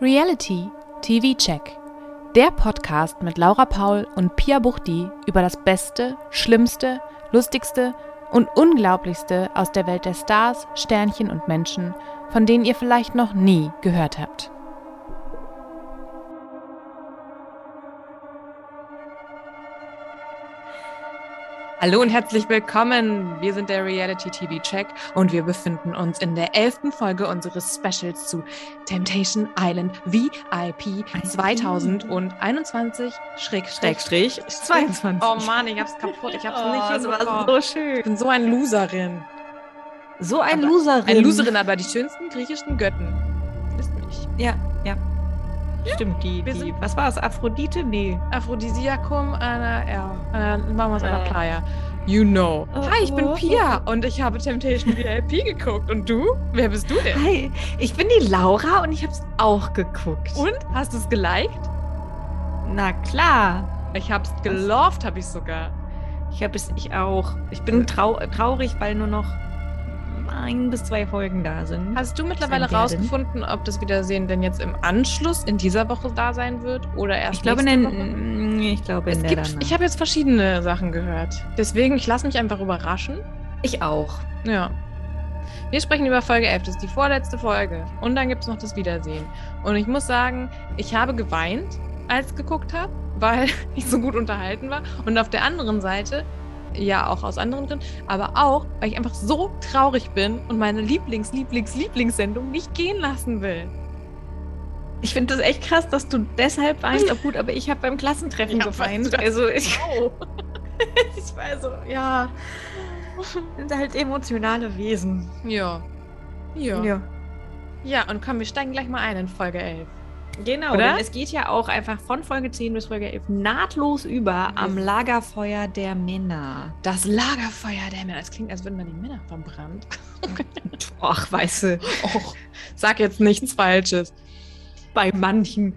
Reality TV Check. Der Podcast mit Laura Paul und Pia Buchti über das Beste, Schlimmste, Lustigste und Unglaublichste aus der Welt der Stars, Sternchen und Menschen, von denen ihr vielleicht noch nie gehört habt. Hallo und herzlich willkommen. Wir sind der Reality TV Check und wir befinden uns in der elften Folge unseres Specials zu Temptation Island VIP 2021-22. Schrägstrich 22. Oh Mann, ich hab's kaputt. Ich hab's nicht das war hinbekommen. so Ich schön. bin so ein Loserin. So ein Aber- Loserin. Ein Loserin, aber die schönsten griechischen Götten. Wisst ihr nicht. Ja, ja. Stimmt, die, wir die sind- was war es? Aphrodite? Nee. Aphrodisiakum einer, ja, einer Mamas einer Ja. Playa. You know. Äh. Oh, Hi, ich bin oh, Pia und ich habe Temptation VIP geguckt. Und du? Wer bist du denn? Hi, ich bin die Laura und ich hab's auch geguckt. Und hast du es geliked? Na klar. Ich hab's geloved, habe ich sogar. Ich hab es, ich auch. Ich Äh. bin trau traurig, weil nur noch ein bis zwei Folgen da sind. Hast du mittlerweile Sein werden. rausgefunden, ob das Wiedersehen denn jetzt im Anschluss in dieser Woche da sein wird oder erst ich glaube, in nächste der, Woche? mm, ich glaube, in Es der gibt, danach. ich habe jetzt verschiedene Sachen gehört. Deswegen, ich lasse mich einfach überraschen. ich auch. Ja. Wir sprechen über Folge 11, das ist die vorletzte Folge. Und dann gibt es noch das Wiedersehen. Und ich muss sagen, ich habe geweint, als ich geguckt habe, weil ich so gut unterhalten war. Und auf der anderen Seite, ja, auch aus anderen Gründen, aber auch, weil ich einfach so traurig bin und meine Lieblings-, Lieblings-, Lieblingssendung nicht gehen lassen will. Ich finde das echt krass, dass du deshalb weinst. Oh, gut, aber ich habe beim Klassentreffen Ja, weißt du geweint. das? Also ich, Oh. ich war so, ja. Sind halt emotionale Wesen. Ja. Ja. ja. und komm, wir steigen gleich mal ein in Folge 11. Genau, Oder? denn es geht ja auch einfach von Folge 10 bis Folge 11 nahtlos über am Lagerfeuer der Männer. Das Lagerfeuer der Männer. Das klingt, als würden dann die Männer verbrannt. Ach, weißt du, Och, Oh, sag jetzt nichts Falsches. bei manchen.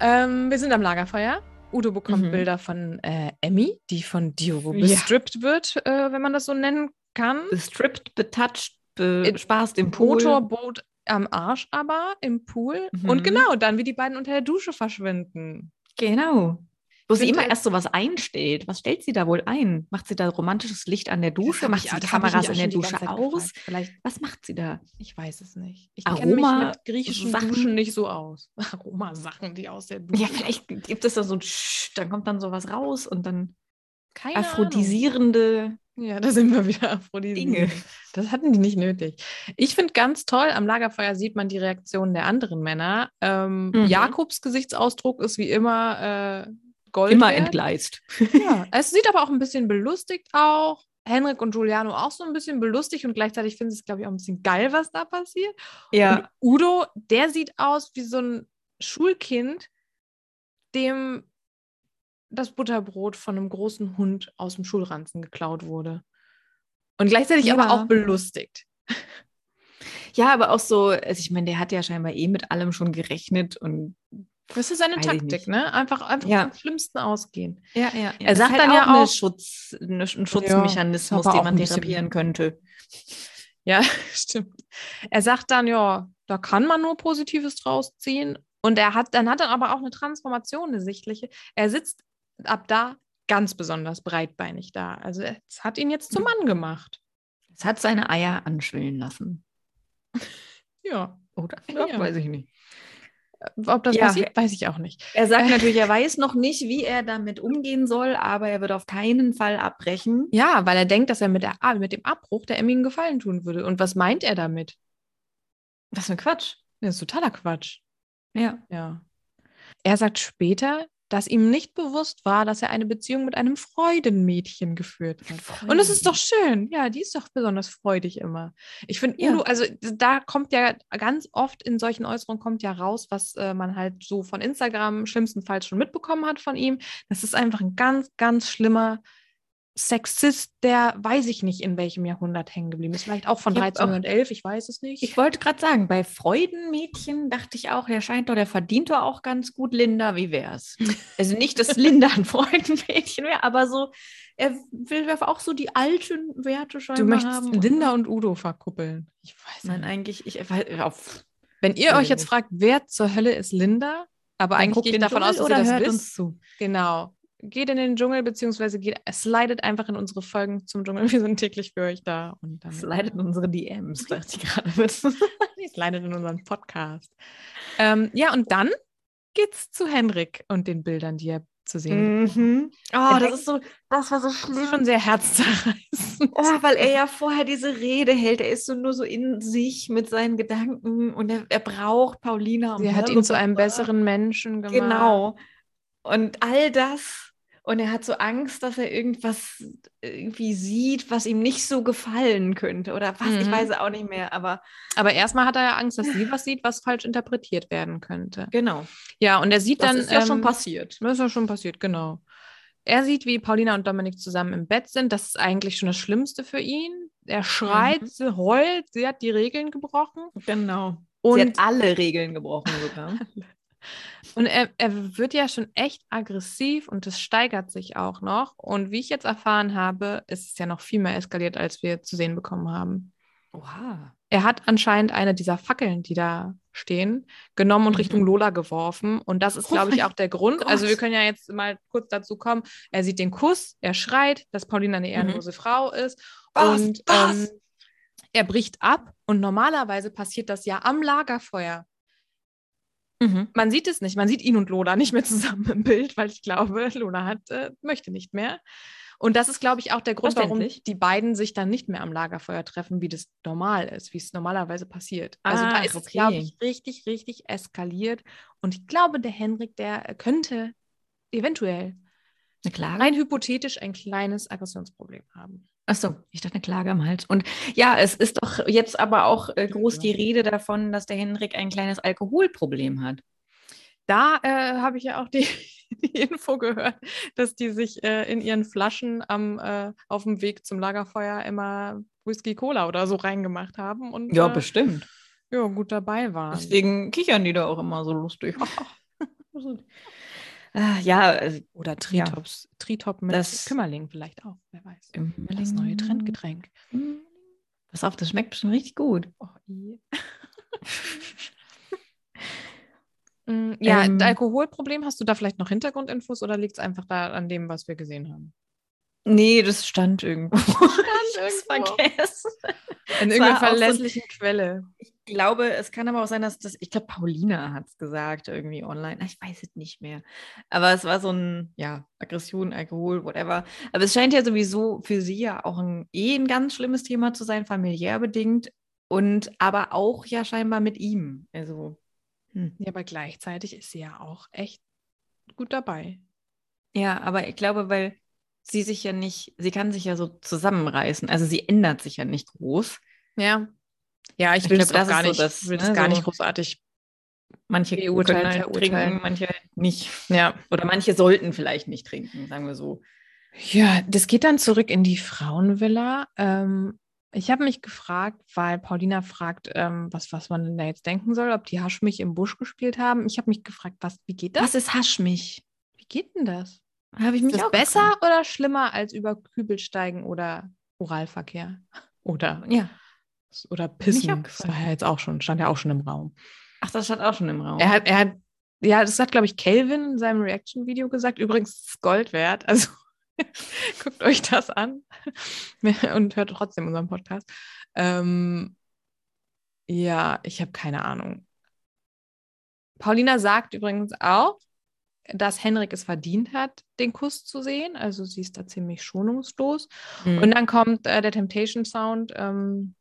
Ähm, wir sind am Lagerfeuer. Udo bekommt Mhm. Bilder von äh, Emmy, die von Diogo Ja. bestrippt wird, äh, wenn man das so nennen kann. Bestrippt, betatscht, In- bespaßt im Pool. Motorboot am Arsch aber im Pool. Mhm. Und genau, dann wie die beiden unter der Dusche verschwinden. Genau. Wo sie Sind immer als- erst so was einstellt. Was stellt sie da wohl ein? Macht sie da romantisches Licht an der Dusche? Das hab Macht ich- sie das hab ich mich Kameras auch in der schon die Dusche ganze Zeit aus? gefragt. Vielleicht, Was macht sie da? ich weiß es nicht. Ich kenne mich Aroma- mit griechischen Sachen. Duschen nicht so aus. Aroma-Sachen, die aus der Dusche. Ja, vielleicht gibt es da so ein Sch, dann kommt dann sowas raus und dann Keine Ahnung. aphrodisierende Ja, da sind wir wieder Aphrodisierend. Dinge. Das hatten die nicht nötig. Ich finde ganz toll, am Lagerfeuer sieht man die Reaktion der anderen Männer. Ähm, Mhm. Jakobs Gesichtsausdruck ist wie immer äh, Gold. Immer wert. entgleist. Ja. Es sieht aber auch ein bisschen belustigt auch. Henrik und Giuliano auch so ein bisschen belustigt und gleichzeitig finden sie es, glaube ich, auch ein bisschen geil, was da passiert. Und Udo, der sieht aus wie so ein Schulkind, dem das Butterbrot von einem großen Hund aus dem Schulranzen geklaut wurde. Und gleichzeitig aber Ja. auch belustigt. Ja, aber auch so, also ich meine, der hat ja scheinbar eh mit allem schon gerechnet und Das ist eine Weiß ich Taktik, nicht. ne? Einfach, einfach Ja. vom Schlimmsten ausgehen. ja, ja, Er sagt ist dann ja eine auch- Schutz, eine, ein Schutzmechanismus, aber auch den man ein bisschen- therapieren könnte. Ja, stimmt. Er sagt dann, ja, da kann man nur Positives draus ziehen. Und er hat dann hat dann aber auch eine Transformation, eine sichtliche. Er sitzt ab da ganz besonders breitbeinig da. Also es hat ihn jetzt zum Mann gemacht. Es hat seine Eier anschwillen lassen. Ja. Oder? Ja, weiß ich nicht. Ob das Ja. passiert, weiß ich auch nicht. Er sagt natürlich, er weiß noch nicht, wie er damit umgehen soll, aber er wird auf keinen Fall abbrechen. Ja, weil er denkt, dass er mit, der, ah, mit dem Abbruch der Emmy einen Gefallen tun würde. Und was meint er damit? Was für ein Quatsch. Das ist totaler Quatsch. Ja. Ja. Er sagt später, dass ihm nicht bewusst war, dass er eine Beziehung mit einem Freudenmädchen geführt hat. Und es ist doch schön. Ja, die ist doch besonders freudig immer. Ich finde, Ja. Udo, also da kommt ja ganz oft in solchen Äußerungen kommt ja raus, was äh, man halt so von Instagram schlimmstenfalls schon mitbekommen hat von ihm. Das ist einfach ein ganz, ganz schlimmer Sexist, der weiß ich nicht, in welchem Jahrhundert hängen geblieben ist. Vielleicht auch von Ich hab auch- 1311, ich weiß es nicht. Ich wollte gerade sagen, bei Freudenmädchen dachte ich auch, der scheint doch, der verdient doch auch ganz gut Linda, wie wär's? Also nicht, dass Linda ein Freudenmädchen wäre, aber so, er will auch so die alten Werte scheinbar du möchtest haben. Linda und Udo verkuppeln. Ich weiß Nein, nicht. eigentlich, ich, weil- auf, Wenn ihr weiß euch ich jetzt nicht. fragt, wer zur Hölle ist Linda, aber eigentlich gehe ich davon aus, dass ihr das wisst. zu. Genau. Geht in den Dschungel, beziehungsweise geht, slidet einfach in unsere Folgen zum Dschungel. Wir sind täglich für euch da. Und dann Das leidet in unsere DMs, dachte ich gerade. slidet in unseren Podcast. Ähm, ja, und dann geht's zu Henrik und den Bildern, die er zu sehen mhm. Oh, Er das denkt- ist so, das war so Das ist schlimm. schon sehr herzzerreißend. Oh, weil er ja vorher diese Rede hält. Er ist so nur so in sich mit seinen Gedanken und er, er braucht Paulina. um Sie hat blablabla. ihn zu einem besseren Menschen gemacht. Genau. Und all das. Und er hat so Angst, dass er irgendwas irgendwie sieht, was ihm nicht so gefallen könnte oder was. Ich Mhm. weiß auch nicht mehr, aber Aber erstmal hat er ja Angst, dass sie was sieht, was falsch interpretiert werden könnte. genau. Ja, und er sieht Das dann. ist ja schon ähm, passiert. Das ist ja schon passiert, genau. Er sieht, wie Paulina und Dominik zusammen im Bett sind. Das ist eigentlich schon das Schlimmste für ihn. Er schreit, Mhm. sie heult, sie hat die Regeln gebrochen. Genau. Und Sie Und, hat alle Regeln gebrochen sogar. und er, er wird ja schon echt aggressiv und es steigert sich auch noch. Und wie ich jetzt erfahren habe, ist es ja noch viel mehr eskaliert, als wir zu sehen bekommen haben. Oha. Er hat anscheinend eine dieser Fackeln, die da stehen, genommen und Mhm. Richtung Lola geworfen. Und das ist, Oh glaube ich, mein auch der Grund. Also wir Gott. können ja jetzt mal kurz dazu kommen. Er sieht den Kuss, er schreit, dass Paulina eine ehrenlose Frau ist. Mhm. Was? und Was? Ähm, er bricht ab. Und normalerweise passiert das ja am Lagerfeuer. Mhm. Man sieht es nicht. Man sieht ihn und Lola nicht mehr zusammen im Bild, weil ich glaube, Lola hat, äh, möchte nicht mehr. Und das ist, glaube ich, auch der Grund, warum Verständlich. die beiden sich dann nicht mehr am Lagerfeuer treffen, wie das normal ist, wie es normalerweise passiert. Also da Ach, ist es, Ah, okay. glaube ich, richtig, richtig eskaliert. Und ich glaube, der Henrik, der könnte eventuell Eine Klage? rein hypothetisch ein kleines Aggressionsproblem haben. Achso, ich dachte, eine Klage am Hals. Und ja, es ist doch jetzt aber auch äh, groß die Rede davon, dass der Henrik ein kleines Alkoholproblem hat. Da äh, habe ich ja auch die, die Info gehört, dass die sich äh, in ihren Flaschen am, äh, auf dem Weg zum Lagerfeuer immer Whisky Cola oder so reingemacht haben und äh, bestimmt. ja, gut dabei waren. Deswegen kichern die da auch immer so lustig. Ah, ja, äh, Oder Tritops. Tritop mit Das- Kümmerling vielleicht auch, wer weiß. im- Das neue Trendgetränk. Pass auf, das schmeckt bestimmt richtig gut. Oh, i. Mm, ja, Ähm. Alkoholproblem, hast du da vielleicht noch Hintergrundinfos oder liegt es einfach da an dem, was wir gesehen haben? Nee, das stand irgendwo. ich hab's irgendwo. vergessen. In Es war irgendeiner auch so ein- verlässlichen Quelle. Ich glaube, es kann aber auch sein, dass das, ich glaube, Paulina hat es gesagt, irgendwie online. Ah, Ich weiß es nicht mehr. Aber es war so ein, ja, Aggression, Alkohol, whatever. Aber es scheint ja sowieso für sie ja auch ein, eh ein ganz schlimmes Thema zu sein, familiär bedingt. Und aber auch ja scheinbar mit ihm. Also, hm. Ja, aber gleichzeitig ist sie ja auch echt gut dabei. ja, aber ich glaube, weil sie sich ja nicht, sie kann sich ja so zusammenreißen. Also sie ändert sich ja nicht groß. Ja. Ja, ich Ich will glaub, das auch das ist gar so nicht, das, will das ne, gar so- nicht großartig. Manche Beurteilen, können halt verurteilen. trinken, manche halt nicht. Ja. Oder manche sollten vielleicht nicht trinken, sagen wir so. Ja, das geht dann zurück in die Frauenvilla. Ähm, ich habe mich gefragt, weil Paulina fragt, ähm, was, was man denn da jetzt denken soll, ob die Hasch mich im Busch gespielt haben. Ich habe mich gefragt, was, wie geht das? Das ist Haschmich. Wie geht denn das? Habe ich Ist mich das auch besser gefragt. oder schlimmer als über Kübel steigen oder Oralverkehr? Oder, Ja. oder Pissen. Das gefragt. war ja jetzt auch schon, stand ja auch schon im Raum. Ach, das stand auch schon im Raum. Er hat, er hat, ja, das hat, glaube ich, Calvin in seinem Reaction-Video gesagt. Übrigens das ist Gold wert. Also guckt euch das an und hört trotzdem unseren Podcast. Ähm, ja, ich habe keine Ahnung. Paulina sagt übrigens auch, dass Henrik es verdient hat, den Kuss zu sehen. Also sie ist da ziemlich schonungslos. Mhm. Und dann kommt äh, der Temptation-Sound. Ähm,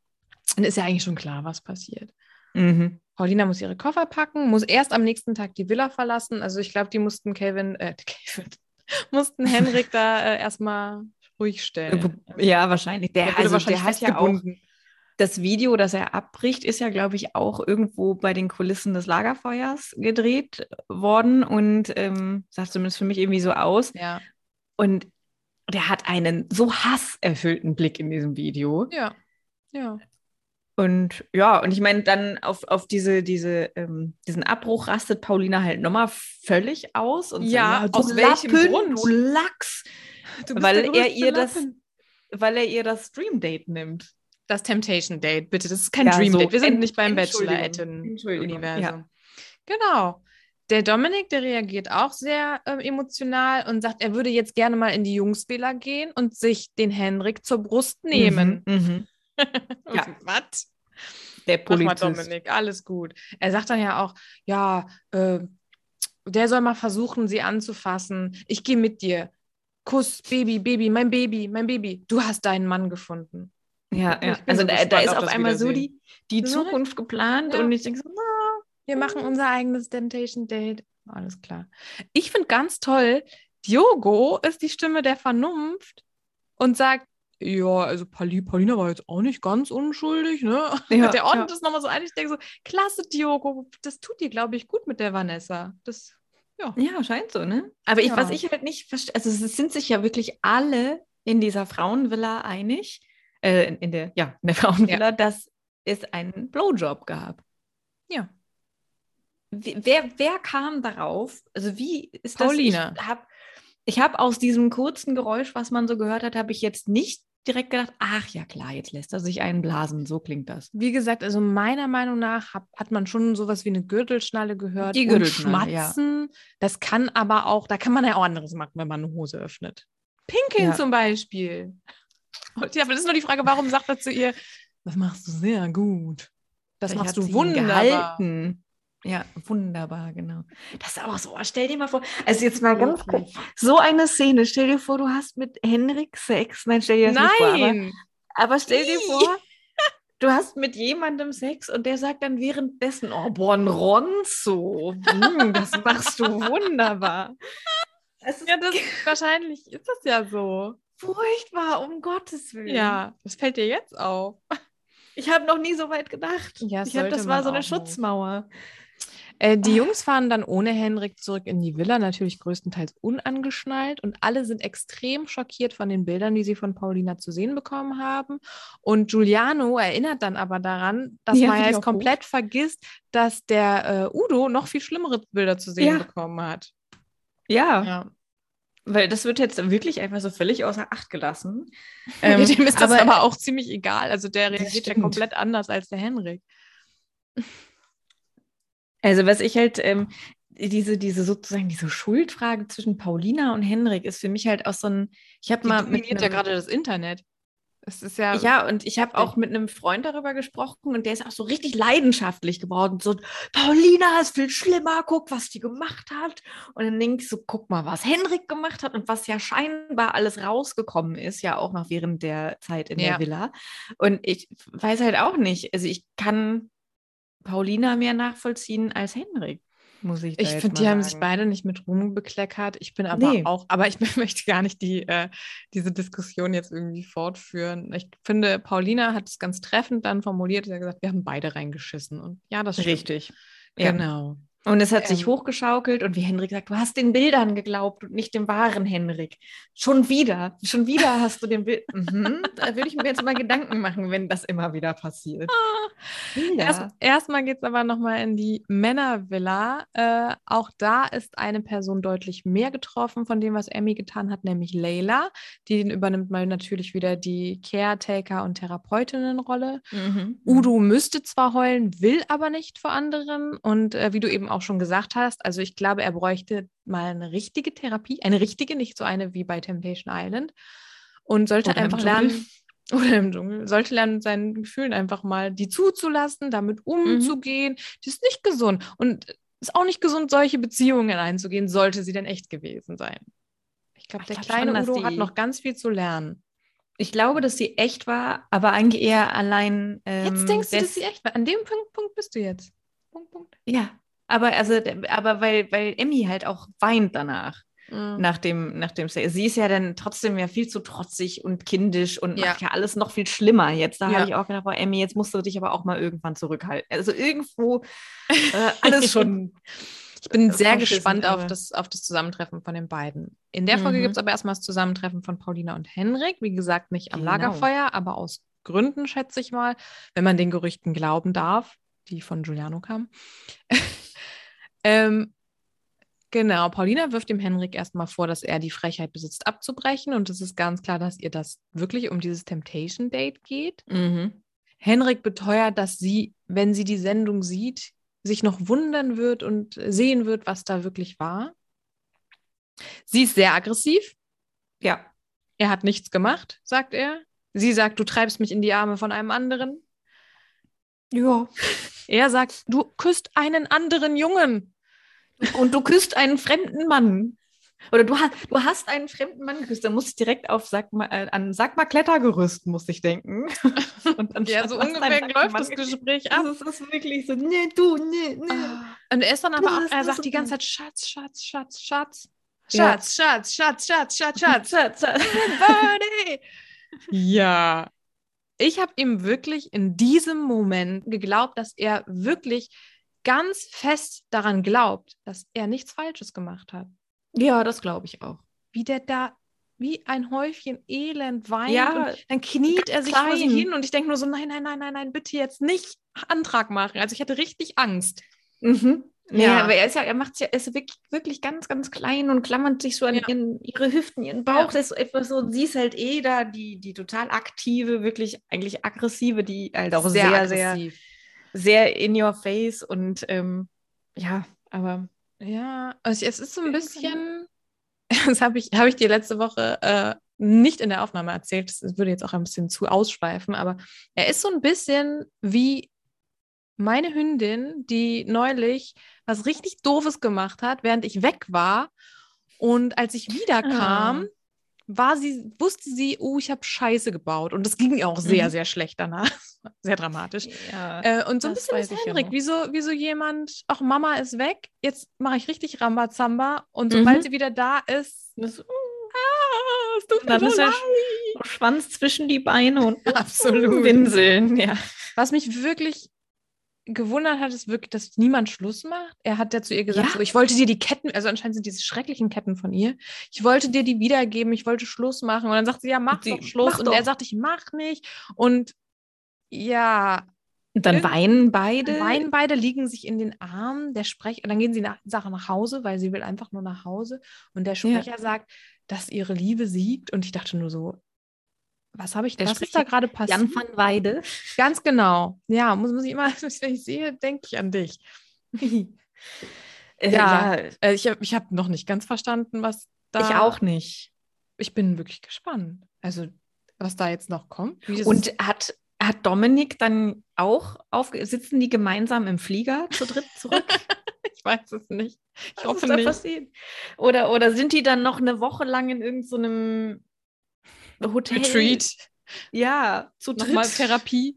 dann ist ja eigentlich schon klar, was passiert. mhm. Paulina muss ihre Koffer packen, muss erst am nächsten Tag die Villa verlassen. Also ich glaube, die mussten Kevin, äh, Kevin, mussten Henrik da äh, erstmal ruhig stellen. ja, wahrscheinlich. Der, wurde also, wahrscheinlich der hat ja auch festgebunden. das Video, das er abbricht, ist ja, glaube ich, auch irgendwo bei den Kulissen des Lagerfeuers gedreht worden und ähm, sah zumindest für mich irgendwie so aus. Ja. Und der hat einen so hasserfüllten Blick in diesem Video. Ja. Ja. Und ja, und ich meine, dann auf, auf diese, diese, ähm, diesen Abbruch rastet Paulina halt nochmal völlig aus. Und Ja, sagt, aus welchem Grund? Du Lachs. Du bist der weil er größte ihr das, Lappen. weil er ihr das Dream Date nimmt. Das Temptation Date, bitte. Das ist kein Ja, Dream so. Date. Wir sind Ent- nicht beim Entschuldigung. Entschuldigung, Bachelorette-Universum. Genau. Der Dominik, der reagiert auch sehr ähm, emotional und sagt, er würde jetzt gerne mal in die Jungsvilla gehen und sich den Henrik zur Brust nehmen. Mhm. Mhm. Und Ja. so, Was? Der Mach mal Polizist. Dominik, alles gut. Er sagt dann ja auch, ja, äh, der soll mal versuchen, sie anzufassen. Ich gehe mit dir. Kuss, Baby, Baby, mein Baby, mein Baby. Du hast deinen Mann gefunden. Ja, bin ja. so Also da, da gespannt ist auf auf das einmal so die, Wiedersehen. die Ja. Zukunft geplant Ja. und ich denke so, na, Wir machen unser eigenes Temptation Date. Alles klar. Ich finde ganz toll, Diogo ist die Stimme der Vernunft und sagt, ja, also Pali, Paulina war jetzt auch nicht ganz unschuldig, ne? Ja, der ja. ordnet das nochmal so ein. Ich denke so, klasse, Diogo, das tut dir, glaube ich, gut mit der Vanessa. Das, ja, scheint so, ne? Aber ich, was Ja. ich halt nicht verstehe, also es sind sich ja wirklich alle in dieser Frauenvilla einig, äh, in, in der, ja, in der Frauenvilla, dass es einen Blowjob gab. ja. Wie- Wer, wer kam darauf? Also wie ist Paulina. das? Ich habe ich hab aus diesem kurzen Geräusch, was man so gehört hat, habe ich jetzt nicht direkt gedacht, ach ja klar, jetzt lässt er sich einen blasen, so klingt das. Wie gesagt, also meiner Meinung nach hab, hat man schon sowas wie eine Gürtelschnalle gehört. Die und Gürtelschnalle, ja. Schmatzen. Das kann aber auch, da kann man ja auch anderes machen, wenn man eine Hose öffnet. Pinkeln Ja. zum Beispiel. Und ja, aber das ist nur die Frage, warum sagt er zu ihr, das machst du sehr gut. Das Vielleicht machst hat sie du ihn wunderbar. gehalten. Ja, wunderbar, genau. Das ist auch so. oh, Stell dir mal vor, also jetzt mal ganz kurz, so eine Szene. Stell dir vor, du hast mit Henrik Sex. Nein, stell dir das nicht vor. Aber, Nein, aber stell dir Nie. vor, du hast mit jemandem Sex und der sagt dann währenddessen, oh, Bon Ronzo, mm, das machst du wunderbar. Es ist ja, das, wahrscheinlich ist das ja so. furchtbar, um Gottes Willen. Ja, das fällt dir jetzt auf. Ich habe noch nie so weit gedacht. Ja, das ich hab, sollte das war man so eine auch nicht. Schutzmauer. Äh, die Jungs fahren dann ohne Henrik zurück in die Villa, natürlich größtenteils unangeschnallt und alle sind extrem schockiert von den Bildern, die sie von Paulina zu sehen bekommen haben. Und Giuliano erinnert dann aber daran, dass Ja, man finde ja ich jetzt auch gut. komplett vergisst, dass der äh, Udo noch viel schlimmere Bilder zu sehen Ja. bekommen hat. Ja. Ja. Weil das wird jetzt wirklich einfach so völlig außer Acht gelassen. Ähm, Ja, dem ist das Ähm, aber, auch ziemlich egal. Also der Das reagiert ja stimmt. komplett anders als der Henrik. Also was ich halt, ähm, diese, diese sozusagen, diese Schuldfrage zwischen Paulina und Henrik ist für mich halt auch so ein, ich habe Die mal mit dominiert ja einem- gerade das Internet. Es ist ja, Ja, und ich habe auch mit einem Freund darüber gesprochen und der ist auch so richtig leidenschaftlich geworden. So, Paulina ist viel schlimmer, guck, was die gemacht hat. Und dann denke ich so, guck mal, was Henrik gemacht hat und was ja scheinbar alles rausgekommen ist, ja auch noch während der Zeit in Ja. der Villa. Und ich weiß halt auch nicht, also ich kann Paulina mehr nachvollziehen als Henrik, muss ich, da Ich jetzt finde, mal die haben sich sagen. beide nicht mit Ruhm bekleckert. Ich bin aber Nee. auch, aber ich möchte gar nicht die, äh, diese Diskussion jetzt irgendwie fortführen. Ich finde, Paulina hat es ganz treffend dann formuliert. Sie hat gesagt, wir haben beide reingeschissen. Und ja, das stimmt. Richtig. Ja. Genau. Und es hat sich Ähm. hochgeschaukelt und wie Henrik sagt, du hast den Bildern geglaubt und nicht dem wahren Henrik. Schon wieder, schon wieder hast du den Bild. Mhm, da würde ich mir jetzt mal Gedanken machen, wenn das immer wieder passiert. Ja. Ah. Erst, erstmal geht es aber nochmal in die Männervilla. Äh, auch da ist eine Person deutlich mehr getroffen von dem, was Emmy getan hat, nämlich Layla. Die übernimmt mal natürlich wieder die Caretaker- und Therapeutinnenrolle. Mhm. Udo müsste zwar heulen, will aber nicht vor anderen. Und äh, wie du eben auch schon gesagt hast, also ich glaube, er bräuchte mal eine richtige Therapie, eine richtige, nicht so eine wie bei Temptation Island. Und sollte Oder im einfach Dschungel. lernen, oder im Dschungel, sollte lernen, mit seinen Gefühlen einfach mal die zuzulassen, damit Mhm. umzugehen. Die ist nicht gesund. Und ist auch nicht gesund, solche Beziehungen einzugehen, sollte sie denn echt gewesen sein. Ich glaube, Ich der glaub schon, kleine dass Udo hat die- noch ganz viel zu lernen. Ich glaube, dass sie echt war, aber eigentlich eher allein. Ähm, Jetzt denkst du, des- dass sie echt war. An dem Punkt, Punkt bist du jetzt. Punkt, Punkt. Ja, aber, also, aber weil, weil Emmy halt auch weint danach. Mhm. nach dem, nach dem Sex. Sie ist ja dann trotzdem ja viel zu trotzig und kindisch und Ja. macht ja alles noch viel schlimmer jetzt. Da Ja. habe ich auch gedacht, boah, Emmy, jetzt musst du dich aber auch mal irgendwann zurückhalten. Also irgendwo äh, alles schon Ich bin Das ist sehr schon beschissen, gespannt auf aber- das, auf das Zusammentreffen von den beiden. In der Folge Mhm. gibt es aber erstmal das Zusammentreffen von Paulina und Henrik. Wie gesagt, nicht am Genau. Lagerfeuer, aber aus Gründen, schätze ich mal, wenn man den Gerüchten glauben darf, die von Giuliano kamen. ähm, genau, Paulina wirft dem Henrik erstmal vor, dass er die Frechheit besitzt, abzubrechen. Und es ist ganz klar, dass ihr das wirklich um dieses Temptation-Date geht. Mhm. Henrik beteuert, dass sie, wenn sie die Sendung sieht, sich noch wundern wird und sehen wird, was da wirklich war. Sie ist sehr aggressiv. Ja. Er hat nichts gemacht, sagt er. Sie sagt, du treibst mich in die Arme von einem anderen. Ja. Er sagt, du küsst einen anderen Jungen. Und du küsst einen fremden Mann. Oder du, ha- du hast einen fremden Mann geküsst, dann muss ich direkt auf sag mal, äh, an sag mal Klettergerüst, muss ich denken. Und dann Ja, so hast du einen ungefähr fremden läuft Mann das geküsst. Gespräch ab. Also es ist wirklich so, nee, du, nee, nee. Und er ist dann aber Das auch, ist er das sagt die okay. ganze Zeit, Schatz, Schatz, Schatz, Schatz. Ja. Schatz, Schatz, Schatz, Schatz, Schatz, Schatz. Schatz, Schatz. Buddy. Ja. Ich habe ihm wirklich in diesem Moment geglaubt, dass er wirklich ganz fest daran glaubt, dass er nichts Falsches gemacht hat. Ja, das glaube ich auch. Wie der da wie ein Häufchen Elend weint. Ja, und dann kniet er sich vor sie klein. hin und ich denke nur so, nein, nein, nein, nein, nein, bitte jetzt nicht Antrag machen. Also ich hatte richtig Angst. Mhm. Ja, Ja. aber er ist ja, er macht ja, er ist wirklich, wirklich ganz, ganz klein und klammert sich so an Ja. ihren, ihre Hüften, ihren Bauch. Das ist so etwas so, sie ist halt eh da, die, die total aktive, wirklich eigentlich aggressive, die halt auch sehr, sehr, aggressiv. sehr in your face und ähm, ja, aber Ja, also es ist so ein Irgendwann- bisschen, das habe ich, habe ich dir letzte Woche äh, nicht in der Aufnahme erzählt, das würde jetzt auch ein bisschen zu ausschweifen, aber er ist so ein bisschen wie meine Hündin, die neulich was richtig Doofes gemacht hat, während ich weg war. Und als ich wiederkam, war sie, wusste sie, oh, ich habe Scheiße gebaut. Und das ging ihr auch sehr, Mhm. sehr schlecht danach. Sehr dramatisch. ja. Äh, und so ein Das bisschen weiß ist ich ja Henrik, noch. wie, so, wie so jemand, auch Mama ist weg, jetzt mache ich richtig Rambazamba und Mhm. sobald sie wieder da ist, das, ah, es tut mir dann so ist er leid. Sch- Schwanz zwischen die Beine und Absolut. Winseln, ja. Was mich wirklich gewundert hat, ist wirklich, dass niemand Schluss macht. Er hat ja zu ihr gesagt, Ja. so, ich wollte dir die Ketten, also anscheinend sind diese schrecklichen Ketten von ihr, ich wollte dir die wiedergeben, ich wollte Schluss machen. Und dann sagt sie, ja, mach Die- doch Schluss. mach und doch. er sagt, ich mach nicht. Und ja, Und dann Irgend- Äh, weinen beide. Dann weinen beide, liegen sich in den Armen. Der Sprecher, und dann gehen sie nach, Sache nach Hause, weil sie will einfach nur nach Hause. Und der Sprecher sagt, dass ihre Liebe siegt. Und ich dachte nur so, was habe ich, Der was ist da Sprecher- gerade passiert? Jan van Weide. Ganz genau. Ja, muss, muss ich immer, wenn ich sehe, denke ich an dich. Äh, Ja. ja, Äh, ich habe ich hab noch nicht ganz verstanden, was da. ich auch nicht. Ich bin wirklich gespannt. Also, was da jetzt noch kommt. Wie das Und hat, hat Dominik dann auch auf, sitzen die gemeinsam im Flieger zu dritt zurück? ich weiß es nicht. Ich Was hoffe ist da nicht. passiert? Oder, oder sind die dann noch eine Woche lang in irgendeinem Hotel? Retreat. Ja, zu nochmal dritt. Therapie.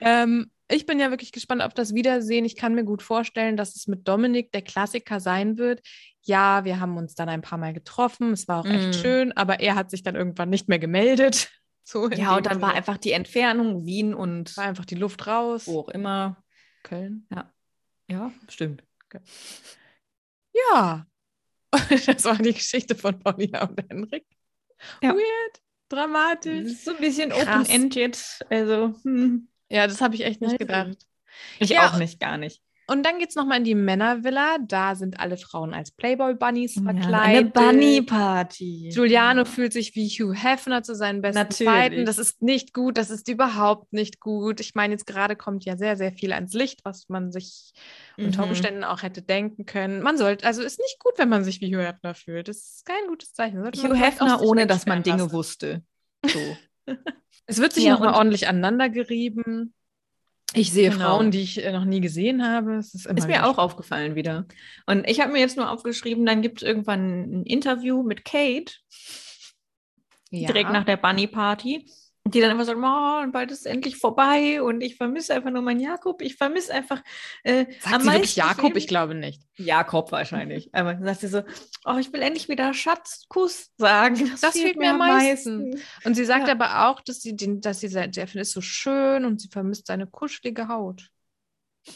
Ähm, ich bin ja wirklich gespannt auf das Wiedersehen. Ich kann mir gut vorstellen, dass es mit Dominik der Klassiker sein wird. Ja, wir haben uns dann ein paar Mal getroffen. Es war auch Mm. echt schön, aber er hat sich dann irgendwann nicht mehr gemeldet. So in Ja, dem und dann war Sinne. einfach Oh. die Entfernung Wien und war einfach die Luft raus. wo auch immer. Köln. Ja, stimmt. Ja. Das war die Geschichte von Paulina und Henrik. Ja. Weird, dramatisch. ist so ein bisschen Krass. Open-End jetzt. Also, hm. Ja, das habe ich echt nicht Weiß ich gedacht. ich Ja. auch nicht, gar nicht. Also. Und dann geht es nochmal in die Männervilla. Da sind alle Frauen als Playboy-Bunnies Eine verkleidet. Bunny-Party. Giuliano fühlt sich wie Hugh Hefner zu seinen besten Natürlich. Zeiten. Das ist nicht gut, das ist überhaupt nicht gut. Ich meine, jetzt gerade kommt ja sehr, sehr viel ans Licht, was man sich unter Mhm. Umständen auch hätte denken können. Man sollte, also ist nicht gut, wenn man sich wie Hugh Hefner fühlt. Das ist kein gutes Zeichen. Sollte man Hugh vielleicht auf Hefner, sich ohne dass man einstellen Dinge lassen. wusste. So. Es wird sich Ja, nochmal und- ordentlich aneinander gerieben. Ich sehe Genau. Frauen, die ich äh, noch nie gesehen habe. Es ist immer Ist wieder mir auch aufgefallen wieder. Und ich habe mir jetzt nur aufgeschrieben, dann gibt es irgendwann ein Interview mit Kate, schlimm. ja. direkt nach der Bunny Party, die dann immer sagt, oh, und bald ist es endlich vorbei und ich vermisse einfach nur meinen Jakob, ich vermisse einfach äh, Sagt am sie wirklich meisten Jakob? Film- Ich glaube nicht. Jakob wahrscheinlich. Aber dann sagt sie so, oh, ich will endlich wieder Schatzkuss sagen. Das fehlt mir am Und sie sagt Ja. aber auch, dass sie, den, dass sie sagt, Jeff ist so schön und sie vermisst seine kuschelige Haut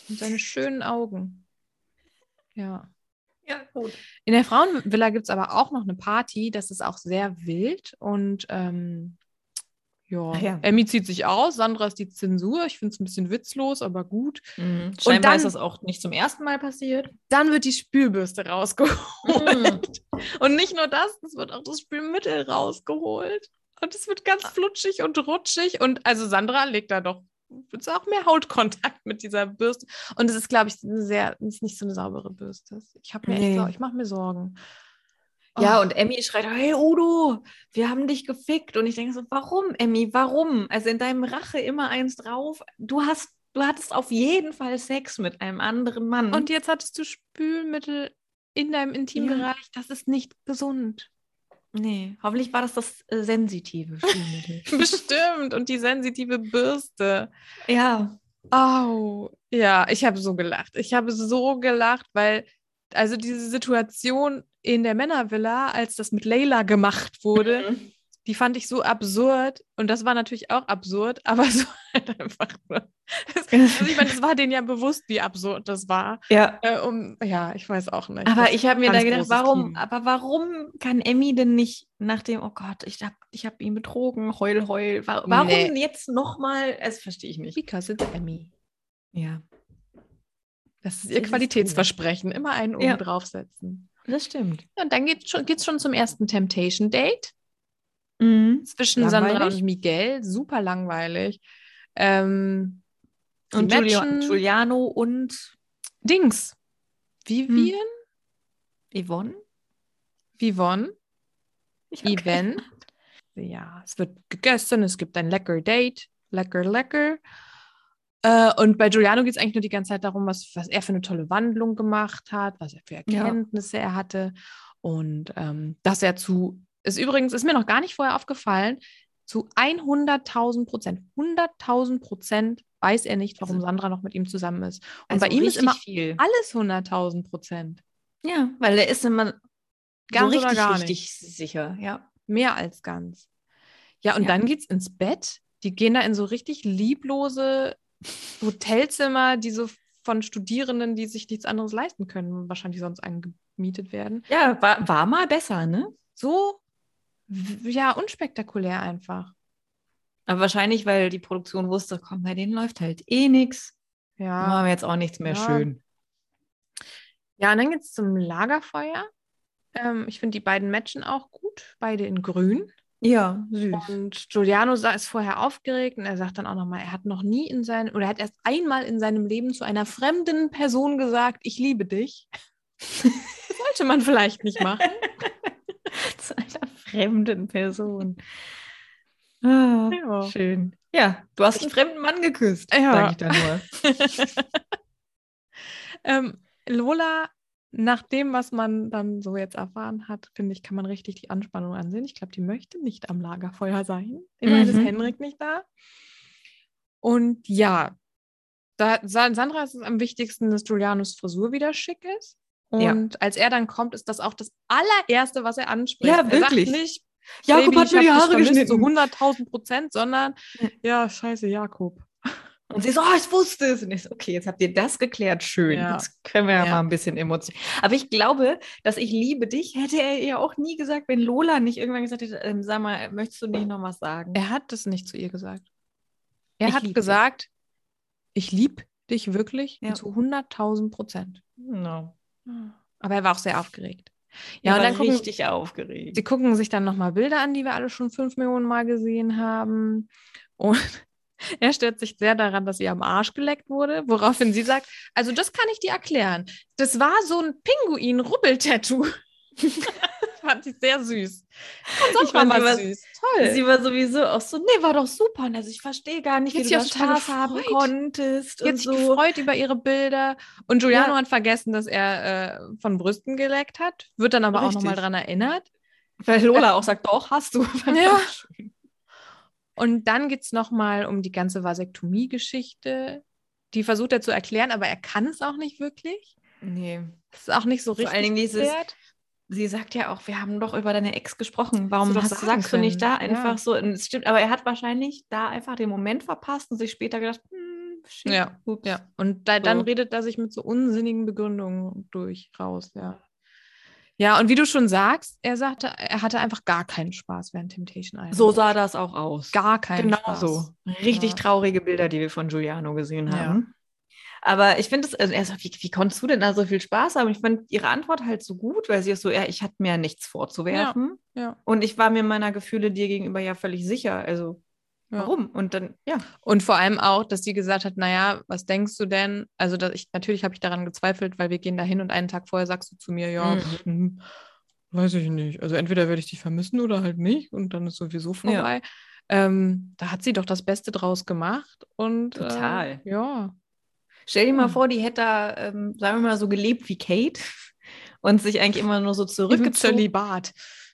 und seine schönen Augen. Ja. Ja, gut. In der Frauenvilla gibt es aber auch noch eine Party, das ist auch sehr wild und ähm, ja. Ach ja. Emmy zieht sich aus, Sandra ist die Zensur, ich finde es ein bisschen witzlos, aber gut. Mhm. Scheinbar dann- ist das auch nicht zum ersten Mal passiert. Dann wird die Spülbürste rausgeholt Mhm. und nicht nur das, es wird auch das Spülmittel rausgeholt und es wird ganz flutschig und rutschig und also Sandra legt da doch jetzt auch mehr Hautkontakt mit dieser Bürste und es ist glaube ich eine sehr ist nicht so eine saubere Bürste. Ich habe mir echt Nee. Sorgen- ich mache mir Sorgen. Ja, Oh. und Emmy schreit, hey Udo, wir haben dich gefickt. Und ich denke so, warum, Emmy, warum? Also in deinem Rache immer eins drauf. Du hast, du hattest auf jeden Fall Sex mit einem anderen Mann. Und jetzt hattest du Spülmittel in deinem Intimbereich. Das ist nicht gesund. nee, hoffentlich war das das äh, sensitive Spülmittel. Bestimmt. Und die sensitive Bürste. ja. Au. Ja, ich habe so gelacht. Ich habe so gelacht, weil, also diese Situation in der Männervilla, als das mit Leila gemacht wurde, Mhm. die fand ich so absurd. Und das war natürlich auch absurd, aber so halt einfach nur. Also ich meine, es war denen ja bewusst, wie absurd das war. Ja. Äh, um, ja, ich weiß auch nicht. Aber Das- ich habe mir da ganz gedacht, großes warum, Kino. aber warum kann Emmy denn nicht nach dem, oh Gott, ich habe ich hab ihn betrogen, heul, heul. Wa- Warum Nee. jetzt nochmal? Das verstehe ich nicht. Because it's Emmy. Ja, Das ist Das ihr ist Qualitätsversprechen. Immer einen oben Ja. draufsetzen. das stimmt. Ja, und dann geht schon, geht's schon zum ersten Temptation-Date Mhm. zwischen Sandra Langweilig. und Miguel. Super langweilig. Ähm, sie Und Giulio- matchen Giuliano und Dings. Vivian? Hm. Yvonne? Vivonne? Ich hab keine- Even? Ja, es wird gegessen, es gibt ein lecker Date. Lecker, lecker. Äh, und bei Giuliano geht es eigentlich nur die ganze Zeit darum, was, was er für eine tolle Wandlung gemacht hat, was er für Ja. Erkenntnisse er hatte. Und ähm, dass er zu, ist übrigens, ist mir noch gar nicht vorher aufgefallen, zu 100.000 Prozent, 100.000 Prozent weiß er nicht, warum Also- Sandra noch mit ihm zusammen ist. Und Also bei ihm ist richtig immer viel. alles 100.000 Prozent. Ja, weil der ist immer Ganz so oder richtig, gar richtig sicher. Ja. Mehr als ganz. Ja, und Ja. dann geht's ins Bett. Die gehen da in so richtig lieblose Hotelzimmer, die so von Studierenden, die sich nichts anderes leisten können, wahrscheinlich sonst angemietet werden. Ja, war, war mal besser, ne? So, w- ja, unspektakulär einfach. Aber wahrscheinlich, weil die Produktion wusste, komm, bei denen läuft halt eh nichts. Ja. Machen wir jetzt auch nichts mehr Ja. schön. Ja, und dann geht's zum Lagerfeuer. Ähm, ich finde die beiden matchen auch gut, beide in grün. Ja, süß. Und Giuliano sa- ist vorher aufgeregt und er sagt dann auch nochmal, er hat noch nie in seinem, oder er hat erst einmal in seinem Leben zu einer fremden Person gesagt, ich liebe dich. Das sollte man vielleicht nicht machen. Zu einer fremden Person. Ah, Ja. Schön. Ja, du hast einen fremden Mann geküsst. Ja. Sag ich da nur. Ähm, Lola, nach dem, was man dann so jetzt erfahren hat, finde ich, kann man richtig die Anspannung ansehen. Ich glaube, die möchte nicht am Lagerfeuer sein. Immerhin ist Mhm. Henrik nicht da. Und ja, da Sa- Sandra ist es am wichtigsten, dass Julianus Frisur wieder schick ist. Ja. Und als er dann kommt, ist das auch das allererste, was er anspricht. Ja, Er wirklich. sagt nicht, Jakob Baby, ich hat mir hab die dich Haare vermisst geschnitten. Zu 100.000 Prozent, sondern ja, scheiße, Jakob. Und sie so, oh, ich wusste es. Und ich so, okay, jetzt habt ihr das geklärt. Schön. Ja. Jetzt können wir ja, Ja. mal ein bisschen emotional. Aber ich glaube, dass ich liebe dich, hätte er ihr auch nie gesagt, wenn Lola nicht irgendwann gesagt hätte, ähm, sag mal, möchtest du nicht noch was sagen? Er hat das nicht zu ihr gesagt. Er Ich lieb hat dich. gesagt, ich liebe dich wirklich Ja. zu 100.000 Prozent. No. Aber er war auch sehr aufgeregt. Ja, Ja, und und dann gucken, richtig aufgeregt. sie gucken sich dann nochmal Bilder an, die wir alle schon fünf Millionen Mal gesehen haben. Und er stört sich sehr daran, dass ihr am Arsch geleckt wurde, woraufhin sie sagt, also das kann ich dir erklären. Das war so ein Pinguin-Rubbel-Tattoo. Fand ich sehr süß. Fand auch Ich fand mal sie was- süß. Toll. Sie war sowieso auch so, nee, war doch super. Und Also ich verstehe gar nicht, Jetzt wie du sie da auch total Spaß haben gefreut. konntest. Die hat Und sich so. gefreut über ihre Bilder. Und Giuliano Ja. hat vergessen, dass er äh, von Brüsten geleckt hat, wird dann aber auch Richtig. nochmal dran erinnert. Weil Lola auch sagt, doch, hast du. Ja. Und dann geht es nochmal um die ganze Vasektomie-Geschichte. Die versucht er zu erklären, aber er kann es auch nicht wirklich. Nee. Das ist auch nicht so Vor richtig. allen Dingen dieses, geklärt. sie sagt ja auch, wir haben doch über deine Ex gesprochen. Warum du doch hast, sagen sagst du nicht da können, einfach ja. so? Und es stimmt, aber er hat wahrscheinlich da einfach den Moment verpasst und sich später gedacht, hm, shit, Ja, ups. ja. Und da, dann So. redet er sich mit so unsinnigen Begründungen durch raus, ja. Ja, und wie du schon sagst, er sagte, er hatte einfach gar keinen Spaß während Temptation Island. So sah das auch aus. gar keinen genau Spaß. so. Richtig Ja. traurige Bilder, die wir von Giuliano gesehen Ja. haben. Aber ich finde es, also er so, wie, wie konntest du denn da so viel Spaß haben? Ich fand ihre Antwort halt so gut, weil sie ist so, ja, ich hatte mir nichts vorzuwerfen. ja. Und ich war mir meiner Gefühle dir gegenüber ja völlig sicher. Also, Ja. warum? Und dann, ja. Und vor allem auch, dass sie gesagt hat, naja, was denkst du denn? Also dass ich, natürlich habe ich daran gezweifelt, weil wir gehen da hin und einen Tag vorher sagst du zu mir, ja, Mhm. pf, hm, weiß ich nicht. Also entweder werde ich dich vermissen oder halt nicht und dann ist sowieso vorbei. Ähm, da hat sie doch das Beste draus gemacht und Total. Äh, ja. Stell dir mal Ja. vor, die hätte da, ähm, sagen wir mal, so gelebt wie Kate und sich eigentlich immer nur so zurückgezogen. Zölibat.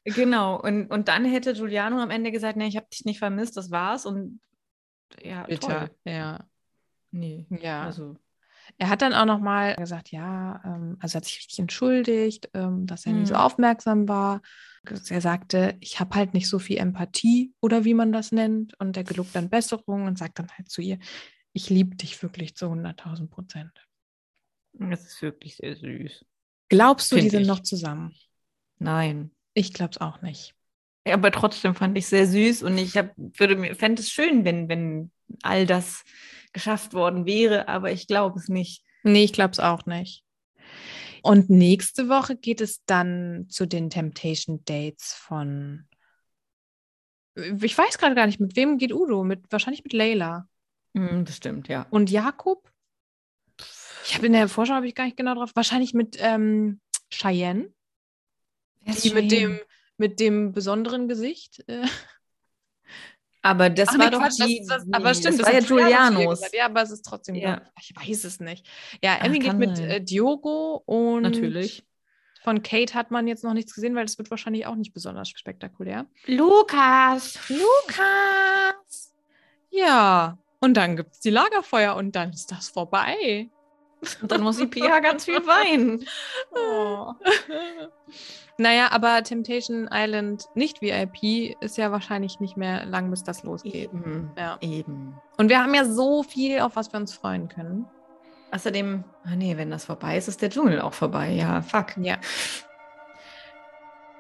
Genau. Und, und dann hätte Giuliano am Ende gesagt, nee, ich habe dich nicht vermisst, das war's. Und ja, Bitte. toll. Ja. Nee. Ja. Also, Er hat dann auch nochmal gesagt, ja, ähm, also hat sich richtig entschuldigt, ähm, dass er nicht so Mhm. aufmerksam war. Er sagte, ich habe halt nicht so viel Empathie oder wie man das nennt. Und er gelobt dann Besserung und sagt dann halt zu ihr, ich liebe dich wirklich zu 100.000 Prozent. das ist wirklich sehr süß. Glaubst du, Find die sind ich. noch zusammen? Nein. Ich glaube es auch nicht. Ja, aber trotzdem fand ich sehr süß und ich hab, würde mir, fände es schön, wenn, wenn all das geschafft worden wäre, aber ich glaube es nicht. Nee, ich glaube es auch nicht. Und nächste Woche geht es dann zu den Temptation Dates von. Ich weiß gerade gar nicht, mit wem geht Udo? Mit, wahrscheinlich mit Leila. Hm, das stimmt, ja. Und Jakob? Ich habe in der Vorschau habe ich gar nicht genau drauf. Wahrscheinlich mit ähm, Cheyenne, die mit dem, mit dem besonderen Gesicht. äh. Aber das Ach, war nee, doch Quatsch, das- die, das, aber stimmt, das war ja hat Juliano zu ihr Giulianos. gesagt. Ja, aber es ist trotzdem. Ja. Ja. Ich weiß es nicht. Ja, Ach, Emmy geht kann mit sein. äh, Diogo und Natürlich. von Kate hat man jetzt noch nichts gesehen, weil das wird wahrscheinlich auch nicht besonders spektakulär. Lukas. Lukas! Ja, und dann gibt es die Lagerfeuer und dann ist das vorbei. Und dann muss die Pia ganz viel weinen. Oh. Naja, aber Temptation Island nicht VIP ist ja wahrscheinlich nicht mehr lang, bis das losgeht. Eben. Ja. Eben. Und wir haben ja so viel, auf was wir uns freuen können. Außerdem, ah nee, wenn das vorbei ist, ist der Dschungel auch vorbei. Ja, fuck. Ja.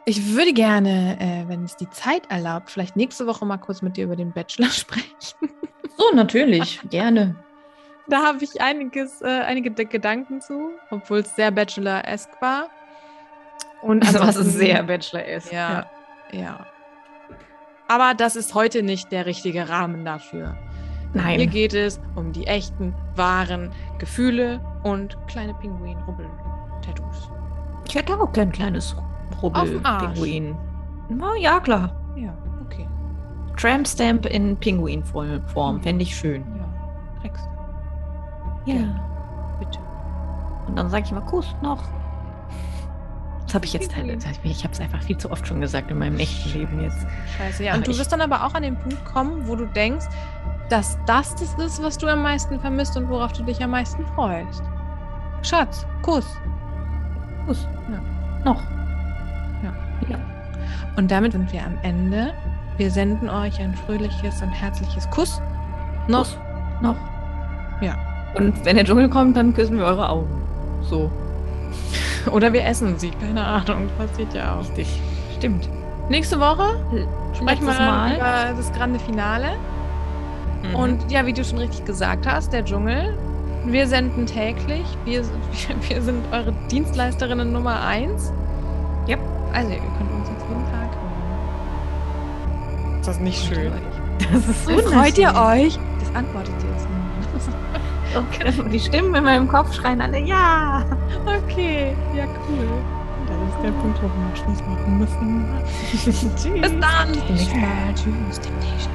Ich würde gerne, äh, wenn es die Zeit erlaubt, vielleicht nächste Woche mal kurz mit dir über den Bachelor sprechen. So, natürlich. Gerne. Da habe ich einiges, äh, einige de- Gedanken zu, obwohl es sehr Bachelor-esque war. Und Also, was ansonsten- es sehr Bachelor ist. Ja, ja. Aber das ist heute nicht der richtige Rahmen dafür. Hier Nein. geht es um die echten, wahren Gefühle und kleine Pinguin-Rubbel-Tattoos. Ich hätte auch gern ein kleines Auf dem Arsch. Rubbel-Pinguin. Na ja, klar. Ja, okay. Tramp-Stamp in Pinguinform. Fände ich schön. Ja, kriegst du. Mhm. Ja. Bitte. Und dann sage ich mal Kuss noch. Das habe ich jetzt, Pinguin. ich habe es einfach viel zu oft schon gesagt in meinem echten Leben jetzt. Scheiße, ja. Ach, Und du ich- wirst dann aber auch an den Punkt kommen, wo du denkst, dass das das ist, was du am meisten vermisst und worauf du dich am meisten freust. Schatz, Kuss. Kuss. Ja. Noch. Und damit sind wir am Ende. Wir senden euch ein fröhliches und herzliches Kuss. Noch. Kuss. Noch. Ja. Und wenn der Dschungel kommt, dann küssen wir eure Augen. So. Oder wir essen sie. Keine Ahnung. Passiert ja auch. Richtig. Stimmt. Nächste Woche sprechen wir Letztes dann Mal. über das grande Finale. Und Und ja, wie du schon richtig gesagt hast, der Dschungel. Wir senden täglich. Wir, wir, wir sind eure Dienstleisterinnen Nummer eins. Yep. Also ihr könnt uns jetzt jeden Tag hören. Ist das nicht Das ist so Freut ihr schön. euch? Das antwortet ihr jetzt nur. Okay. Die Stimmen in meinem Kopf schreien alle ja. Okay, ja cool. Das ist der Punkt, wo wir noch Schluss machen müssen. Tschüss. Bis dann. nächsten Mal. Tschüss. Temptation.